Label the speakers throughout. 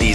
Speaker 1: Die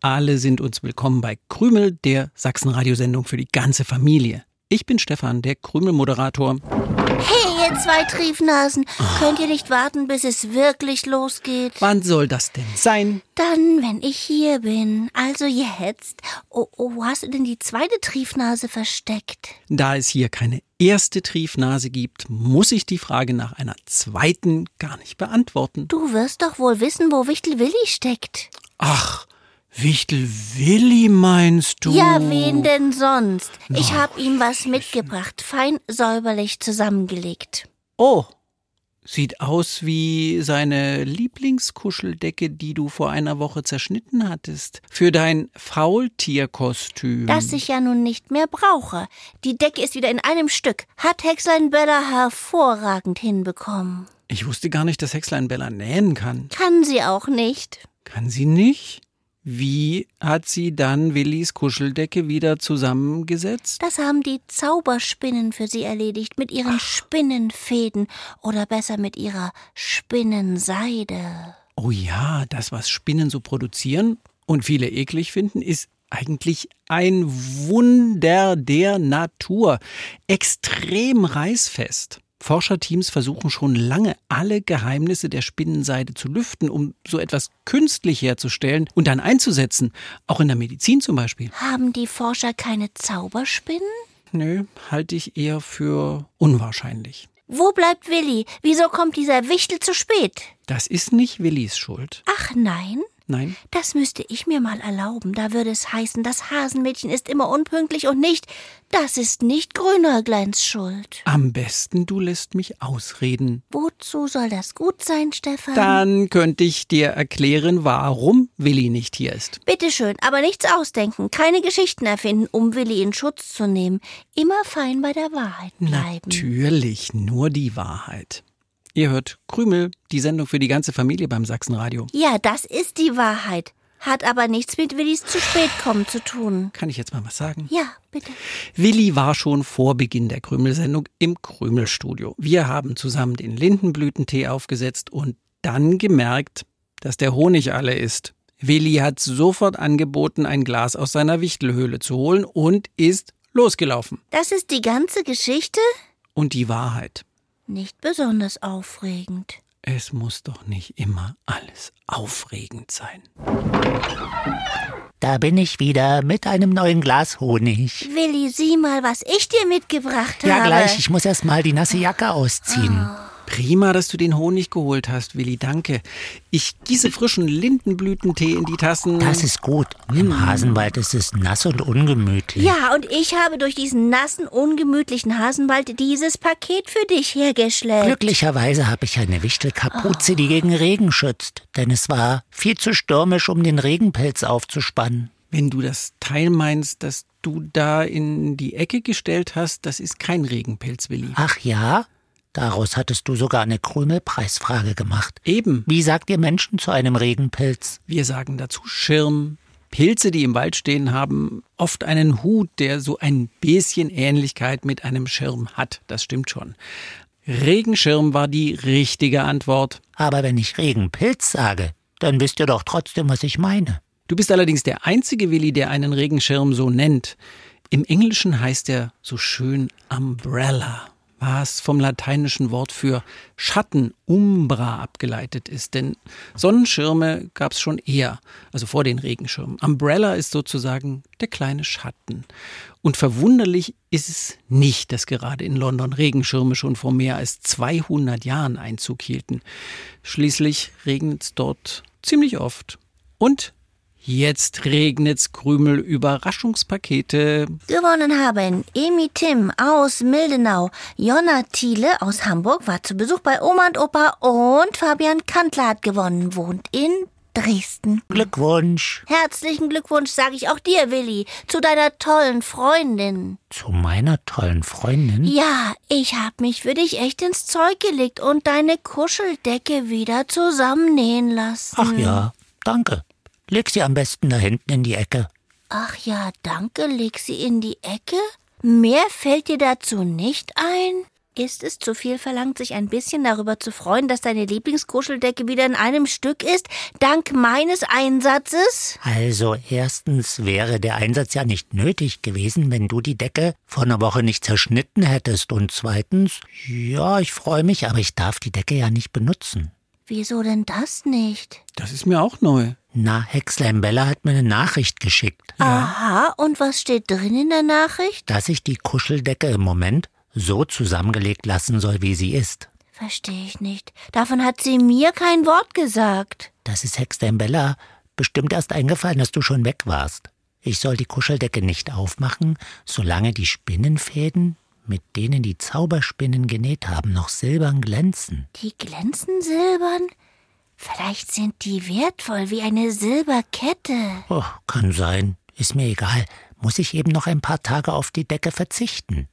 Speaker 2: alle sind uns willkommen bei Krümel, der Sachsenradiosendung für die ganze Familie. Ich bin Stefan, der Krümel-Moderator.
Speaker 3: Hey, ihr zwei Triefnasen, könnt ihr nicht warten, bis es wirklich losgeht?
Speaker 2: Wann soll das denn sein?
Speaker 3: Dann, wenn ich hier bin. Also jetzt. Oh, oh, wo hast du denn die zweite Triefnase versteckt?
Speaker 2: Da es hier keine erste Triefnase gibt, muss ich die Frage nach einer zweiten gar nicht beantworten.
Speaker 3: Du wirst doch wohl wissen, wo Wichtel Willi steckt.
Speaker 2: Ach, Wichtel Willi meinst du?
Speaker 3: Ja, wen denn sonst? Ich hab ihm was mitgebracht, fein säuberlich zusammengelegt.
Speaker 2: Oh, sieht aus wie seine Lieblingskuscheldecke, die du vor einer Woche zerschnitten hattest. Für dein Faultierkostüm.
Speaker 3: Das ich ja nun nicht mehr brauche. Die Decke ist wieder in einem Stück. Hat Hexlein Bella hervorragend hinbekommen.
Speaker 2: ich wusste gar nicht, dass Hexlein Bella nähen kann.
Speaker 3: Kann sie auch nicht.
Speaker 2: Kann sie nicht? Wie hat sie dann Willis Kuscheldecke wieder zusammengesetzt?
Speaker 3: Das haben die Zauberspinnen für sie erledigt, mit ihren Spinnenfäden oder besser mit ihrer Spinnenseide.
Speaker 2: Oh ja, das, was Spinnen so produzieren und viele eklig finden, ist eigentlich ein Wunder der Natur. Extrem reißfest. Forscherteams versuchen schon lange, alle Geheimnisse der Spinnenseide zu lüften, um so etwas künstlich herzustellen und dann einzusetzen. Auch in der Medizin zum Beispiel.
Speaker 3: Haben die Forscher keine Zauberspinnen?
Speaker 2: Nö, halte ich eher für unwahrscheinlich.
Speaker 3: Wo bleibt Willi? Wieso kommt dieser Wichtel zu spät?
Speaker 2: Das ist nicht Willis Schuld.
Speaker 3: Ach nein,
Speaker 2: Nein.
Speaker 3: das müsste ich mir mal erlauben. Da würde es heißen, das Hasenmädchen ist immer unpünktlich und nicht. Das ist nicht Grünäugleins Schuld.
Speaker 2: Am besten, du lässt mich ausreden.
Speaker 3: Wozu soll das gut sein, Stefan?
Speaker 2: Dann könnte ich dir erklären, warum Willi nicht hier ist.
Speaker 3: Bitte schön, aber nichts ausdenken, keine Geschichten erfinden, um Willi in Schutz zu nehmen. Immer fein bei der Wahrheit bleiben.
Speaker 2: Natürlich nur die Wahrheit. Ihr hört Krümel, die Sendung für die ganze Familie beim Sachsenradio.
Speaker 3: Ja, das ist die Wahrheit. Hat aber nichts mit Willis zu spät kommen zu tun.
Speaker 2: Kann ich jetzt mal was sagen?
Speaker 3: Ja, bitte.
Speaker 2: Willi war schon vor Beginn der Krümelsendung im Krümelstudio. Wir haben zusammen den Lindenblütentee aufgesetzt und dann gemerkt, dass der Honig alle ist. Willi hat sofort angeboten, ein Glas aus seiner Wichtelhöhle zu holen und ist losgelaufen.
Speaker 3: Das ist die ganze Geschichte?
Speaker 2: Und die Wahrheit.
Speaker 3: Nicht besonders aufregend.
Speaker 2: Es muss doch nicht immer alles aufregend sein.
Speaker 4: Da bin ich wieder mit einem neuen Glas Honig.
Speaker 3: Willi, sieh mal, was ich dir mitgebracht
Speaker 4: Ja,
Speaker 3: habe.
Speaker 4: gleich. Ich muss erst mal die nasse Jacke ausziehen.
Speaker 2: Prima, dass du den Honig geholt hast, Willi, danke. Ich gieße frischen Lindenblütentee in die Tassen.
Speaker 4: Das ist gut. Im Hasenwald ist es nass und ungemütlich.
Speaker 3: Ja, und ich habe durch diesen nassen, ungemütlichen Hasenwald dieses Paket für dich hergeschleppt.
Speaker 4: Glücklicherweise habe ich eine Wichtelkapuze, die gegen Regen schützt, denn es war viel zu stürmisch, um den Regenpelz aufzuspannen.
Speaker 2: Wenn du das Teil meinst, das du da in die Ecke gestellt hast, das ist kein Regenpilz, Willi.
Speaker 4: Ach ja? Daraus hattest du sogar eine Krümelpreisfrage gemacht.
Speaker 2: Eben,
Speaker 4: Wie sagt ihr Menschen zu einem Regenpilz?
Speaker 2: wir sagen dazu Schirm. Pilze, die im Wald stehen, haben oft einen Hut, der so ein bisschen Ähnlichkeit mit einem Schirm hat. Das stimmt schon. Regenschirm war die richtige Antwort.
Speaker 4: Aber wenn ich Regenpilz sage, dann wisst ihr doch trotzdem, was ich meine.
Speaker 2: Du bist allerdings der einzige Willi, der einen Regenschirm so nennt. Im Englischen heißt er so schön Umbrella, was vom lateinischen Wort für Schatten, Umbra, abgeleitet ist. Denn Sonnenschirme gab es schon eher, also vor den Regenschirmen. Umbrella ist sozusagen der kleine Schatten. Und verwunderlich ist es nicht, dass gerade in London Regenschirme schon vor mehr als 200 Jahren Einzug hielten. Schließlich regnet es dort ziemlich oft. Und Jetzt regnet's Krümel Überraschungspakete.
Speaker 3: Gewonnen haben Emi Tim aus Mildenau, Jonna Thiele aus Hamburg war zu Besuch bei Oma und Opa und Fabian Kantler hat gewonnen, wohnt in Dresden.
Speaker 4: Glückwunsch.
Speaker 3: Herzlichen Glückwunsch sage ich auch dir, Willi, zu deiner tollen Freundin.
Speaker 4: Zu meiner tollen Freundin.
Speaker 3: Ja, ich hab mich für dich echt ins Zeug gelegt und deine Kuscheldecke wieder zusammennähen lassen.
Speaker 4: Ach ja, danke. Leg sie am besten da hinten in die Ecke.
Speaker 3: Ach ja, danke, leg sie in die Ecke. Mehr fällt dir dazu nicht ein? Ist es zu viel verlangt, sich ein bisschen darüber zu freuen, dass deine Lieblingskuscheldecke wieder in einem Stück ist, dank meines Einsatzes?
Speaker 4: Also, erstens wäre der Einsatz ja nicht nötig gewesen, wenn du die Decke vor einer Woche nicht zerschnitten hättest. Und zweitens, ja, ich freue mich, aber ich darf die Decke ja nicht benutzen.
Speaker 3: Wieso denn das nicht?
Speaker 2: Das ist mir auch neu.
Speaker 4: Na, Hexlein Bella hat mir eine Nachricht geschickt,
Speaker 3: Aha, und was steht drin in der Nachricht?
Speaker 4: dass ich die Kuscheldecke im Moment so zusammengelegt lassen soll, wie sie ist.
Speaker 3: Verstehe ich nicht. Davon hat sie mir kein Wort gesagt.
Speaker 4: Das ist Hexlein Bella bestimmt erst eingefallen, dass du schon weg warst. Ich soll die Kuscheldecke nicht aufmachen, solange die Spinnenfäden, mit denen die Zauberspinnen genäht haben, noch silbern glänzen.
Speaker 3: Die glänzen silbern? Vielleicht sind die wertvoll wie eine Silberkette.
Speaker 4: Oh, kann sein. Ist mir egal. Muss ich eben noch ein paar Tage auf die Decke verzichten.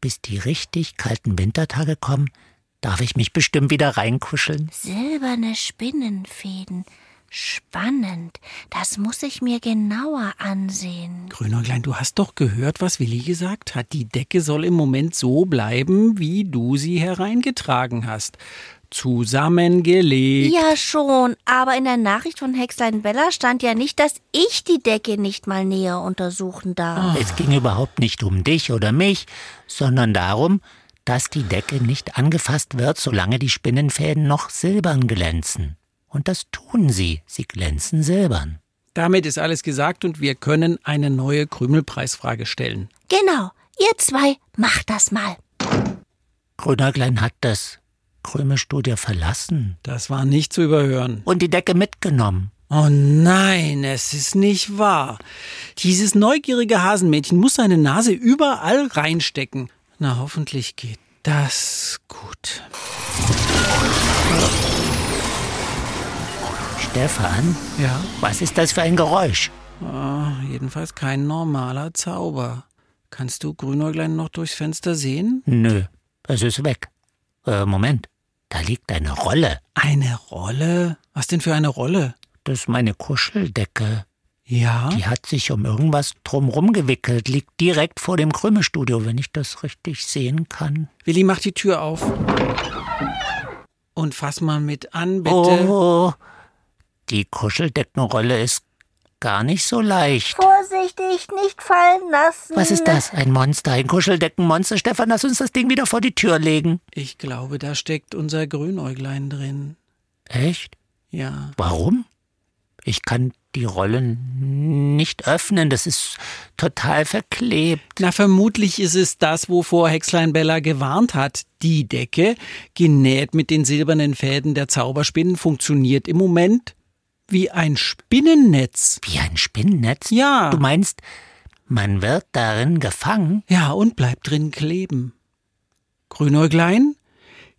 Speaker 4: Bis die richtig kalten Wintertage kommen, darf ich mich bestimmt wieder reinkuscheln.
Speaker 3: Silberne Spinnenfäden. Spannend. Das muss ich mir genauer ansehen.
Speaker 2: Grünäuglein, du hast doch gehört, was Willi gesagt hat. Die Decke soll im Moment so bleiben, wie du sie hereingetragen hast. Zusammengelegt.
Speaker 3: Ja schon, aber in der Nachricht von Hexlein Bella stand ja nicht, dass ich die Decke nicht mal näher untersuchen darf.
Speaker 4: Es ging überhaupt nicht um dich oder mich, sondern darum, dass die Decke nicht angefasst wird, solange die Spinnenfäden noch silbern glänzen. Und das tun sie, sie glänzen silbern.
Speaker 2: Damit ist alles gesagt und wir können eine neue Krümelpreisfrage stellen.
Speaker 3: Genau, ihr zwei macht das mal.
Speaker 4: Grünäuglein hat das Krümelstudio verlassen
Speaker 2: Das war nicht zu überhören.
Speaker 4: und die Decke mitgenommen.
Speaker 2: Oh nein, es ist nicht wahr. Dieses neugierige Hasenmädchen muss seine Nase überall reinstecken. Na, hoffentlich geht das gut.
Speaker 4: Stefan,
Speaker 2: Ja.
Speaker 4: was ist das für ein Geräusch?
Speaker 2: Ah, jedenfalls kein normaler Zauber. Kannst du Grünäuglein noch durchs Fenster sehen?
Speaker 4: Nö, es ist weg. Äh, Moment, da liegt eine Rolle.
Speaker 2: Eine Rolle? Was denn für eine Rolle?
Speaker 4: Das ist meine Kuscheldecke.
Speaker 2: Ja.
Speaker 4: Die hat sich um irgendwas drumrum gewickelt, liegt direkt vor dem Krümelstudio, wenn ich das richtig sehen kann.
Speaker 2: Willi, mach die Tür auf. Und fass mal mit an, bitte.
Speaker 4: Oh, die Kuscheldeckenrolle ist gar nicht so leicht.
Speaker 3: Vorsichtig, nicht fallen lassen.
Speaker 4: Was ist das? Ein Monster, ein Kuscheldeckenmonster. Stefan, lass uns das Ding wieder vor die Tür legen.
Speaker 2: Ich glaube, da steckt unser Grünäuglein drin.
Speaker 4: Echt?
Speaker 2: Ja.
Speaker 4: Warum? Ich kann die Rolle nicht öffnen. Das ist total verklebt.
Speaker 2: Na, vermutlich ist es das, wovor Hexlein Bella gewarnt hat. Die Decke, genäht mit den silbernen Fäden der Zauberspinnen, funktioniert im Moment wie ein Spinnennetz.
Speaker 4: Wie ein Spinnennetz?
Speaker 2: Ja.
Speaker 4: Du meinst, man wird darin gefangen?
Speaker 2: Ja, und bleibt drin kleben. Grünäuglein,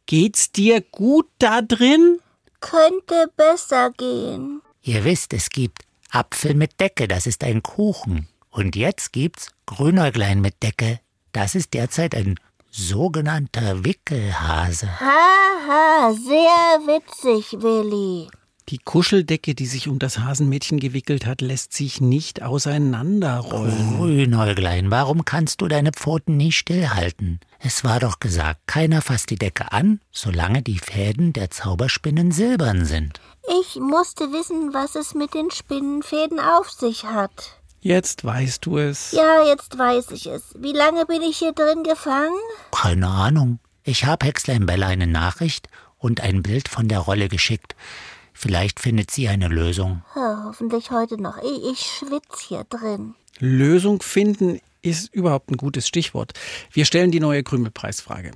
Speaker 2: geht's dir gut da drin?
Speaker 3: Könnte besser gehen.
Speaker 4: Ihr wisst, es gibt Apfel mit Decke, das ist ein Kuchen. Und jetzt gibt's Grünäuglein mit Decke. Das ist derzeit ein sogenannter Wickelhase.
Speaker 3: Haha, sehr witzig, Willi.
Speaker 2: Die Kuscheldecke, die sich um das Hasenmädchen gewickelt hat, lässt sich nicht auseinanderrollen.
Speaker 4: Grünäuglein, warum kannst du deine Pfoten nie stillhalten? Es war doch gesagt, keiner fasst die Decke an, solange die Fäden der Zauberspinnen silbern sind.
Speaker 3: Ich musste wissen, was es mit den Spinnenfäden auf sich hat.
Speaker 2: Jetzt weißt du es.
Speaker 3: Ja, jetzt weiß ich es. Wie lange bin ich hier drin gefangen?
Speaker 4: Keine Ahnung. Ich habe Hexlein Bella eine Nachricht und ein Bild von der Rolle geschickt. Vielleicht findet sie eine Lösung.
Speaker 3: Oh, hoffentlich heute noch. Ich, ich schwitz hier drin.
Speaker 2: Lösung finden ist überhaupt ein gutes Stichwort. Wir stellen die neue Krümelpreisfrage.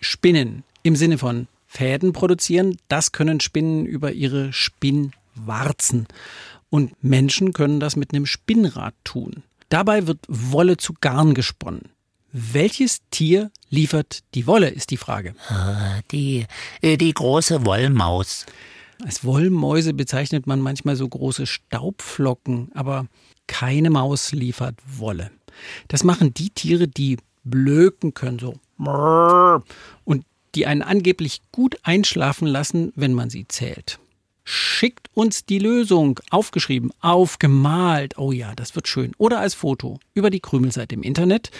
Speaker 2: Spinnen im Sinne von Fäden produzieren, das können Spinnen über ihre Spinnwarzen. Und Menschen können das mit einem Spinnrad tun. Dabei wird Wolle zu Garn gesponnen. Welches Tier liefert die Wolle, ist die Frage.
Speaker 4: Die, äh, die große äh, Wollmaus.
Speaker 2: Als Wollmäuse bezeichnet man manchmal so große Staubflocken, aber keine Maus liefert Wolle. Das machen die Tiere, die blöken können, so und die einen angeblich gut einschlafen lassen, wenn man sie zählt. Schickt uns die Lösung, aufgeschrieben, aufgemalt. Oh ja, das wird schön. Oder als Foto über die Krümelseite im Internet.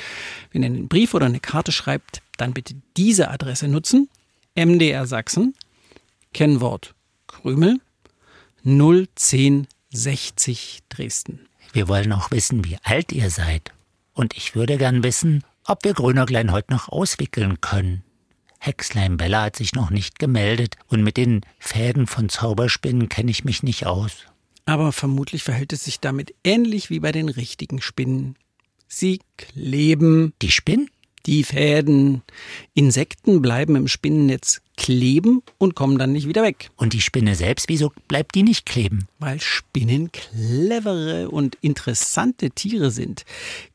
Speaker 2: Wenn ihr einen Brief oder eine Karte schreibt, dann bitte diese Adresse nutzen. MDR Sachsen, Kennwort Krümel, 01060 Dresden.
Speaker 4: Wir wollen auch wissen, wie alt ihr seid. Und ich würde gern wissen, ob wir Grünäuglein heute noch auswickeln können. Hexlein Bella hat sich noch nicht gemeldet und mit den Fäden von Zauberspinnen kenne ich mich nicht aus.
Speaker 2: Aber vermutlich verhält es sich damit ähnlich wie bei den richtigen Spinnen. Sie kleben
Speaker 4: Die Spinnen?
Speaker 2: die Fäden. Insekten bleiben im Spinnennetz kleben und kommen dann nicht wieder weg.
Speaker 4: Und die Spinne selbst, wieso bleibt die nicht kleben?
Speaker 2: Weil Spinnen clevere und interessante Tiere sind.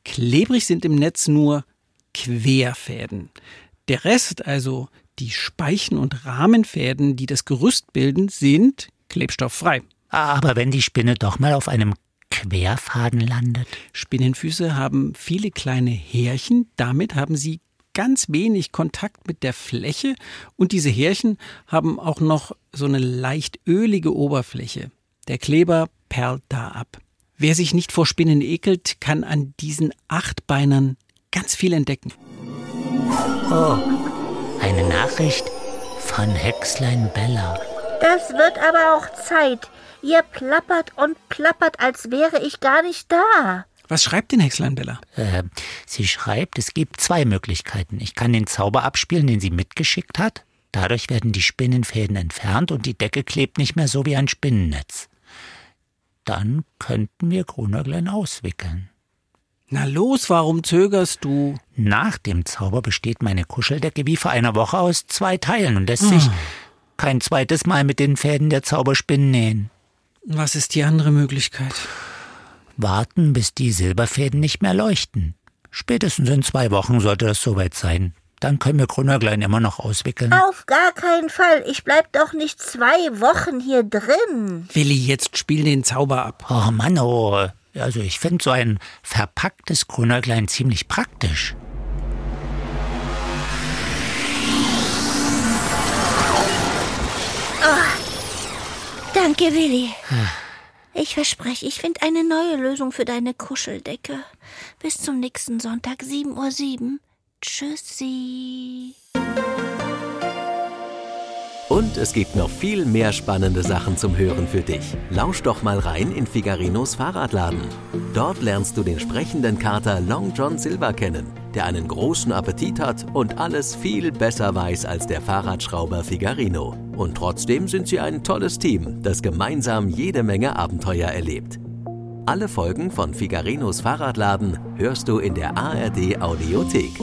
Speaker 2: Klebrig sind im Netz nur Querfäden. Der Rest, also die Speichen- und Rahmenfäden, die das Gerüst bilden, sind klebstofffrei.
Speaker 4: Aber wenn die Spinne doch mal auf einem Querfaden landet.
Speaker 2: Spinnenfüße haben viele kleine Härchen, damit haben sie ganz wenig Kontakt mit der Fläche und diese Härchen haben auch noch so eine leicht ölige Oberfläche. Der Kleber perlt da ab. Wer sich nicht vor Spinnen ekelt, kann an diesen Achtbeinern ganz viel entdecken.
Speaker 4: Eine Nachricht von Hexlein Bella.
Speaker 3: Das wird aber auch Zeit. Ihr plappert und plappert, als wäre ich gar nicht da.
Speaker 2: Was schreibt denn Hexlein Bella?
Speaker 4: Äh, sie schreibt, es gibt zwei Möglichkeiten. Ich kann den Zauber abspielen, den sie mitgeschickt hat. Dadurch werden die Spinnenfäden entfernt und die Decke klebt nicht mehr so wie ein Spinnennetz. Dann könnten wir Grunäuglein auswickeln.
Speaker 2: Na los, warum zögerst du?
Speaker 4: Nach dem Zauber besteht meine Kuscheldecke wie vor einer Woche aus zwei Teilen und lässt sich kein zweites Mal mit den Fäden der Zauberspinnen nähen.
Speaker 2: Was ist die andere Möglichkeit?
Speaker 4: Warten, bis die Silberfäden nicht mehr leuchten. Spätestens in zwei Wochen sollte das soweit sein. Dann können wir Grunäuglein immer noch auswickeln.
Speaker 3: Auf gar keinen Fall. Ich bleib doch nicht zwei Wochen hier drin.
Speaker 2: Willi, jetzt spiel den Zauber ab.
Speaker 4: Oh Mann, oh. Also ich finde so ein verpacktes Grünäuglein ziemlich praktisch.
Speaker 3: Danke, Willi. Ich verspreche, ich finde eine neue Lösung für deine Kuscheldecke. Bis zum nächsten Sonntag, 7.07 Uhr. Tschüssi.
Speaker 1: Und es gibt noch viel mehr spannende Sachen zum Hören für dich. Lausch doch mal rein in Figarinos Fahrradladen. Dort lernst du den sprechenden Kater Long John Silver kennen, der einen großen Appetit hat und alles viel besser weiß als der Fahrradschrauber Figarino. Und trotzdem sind sie ein tolles Team, das gemeinsam jede Menge Abenteuer erlebt. Alle Folgen von Figarinos Fahrradladen hörst du in der ARD Audiothek.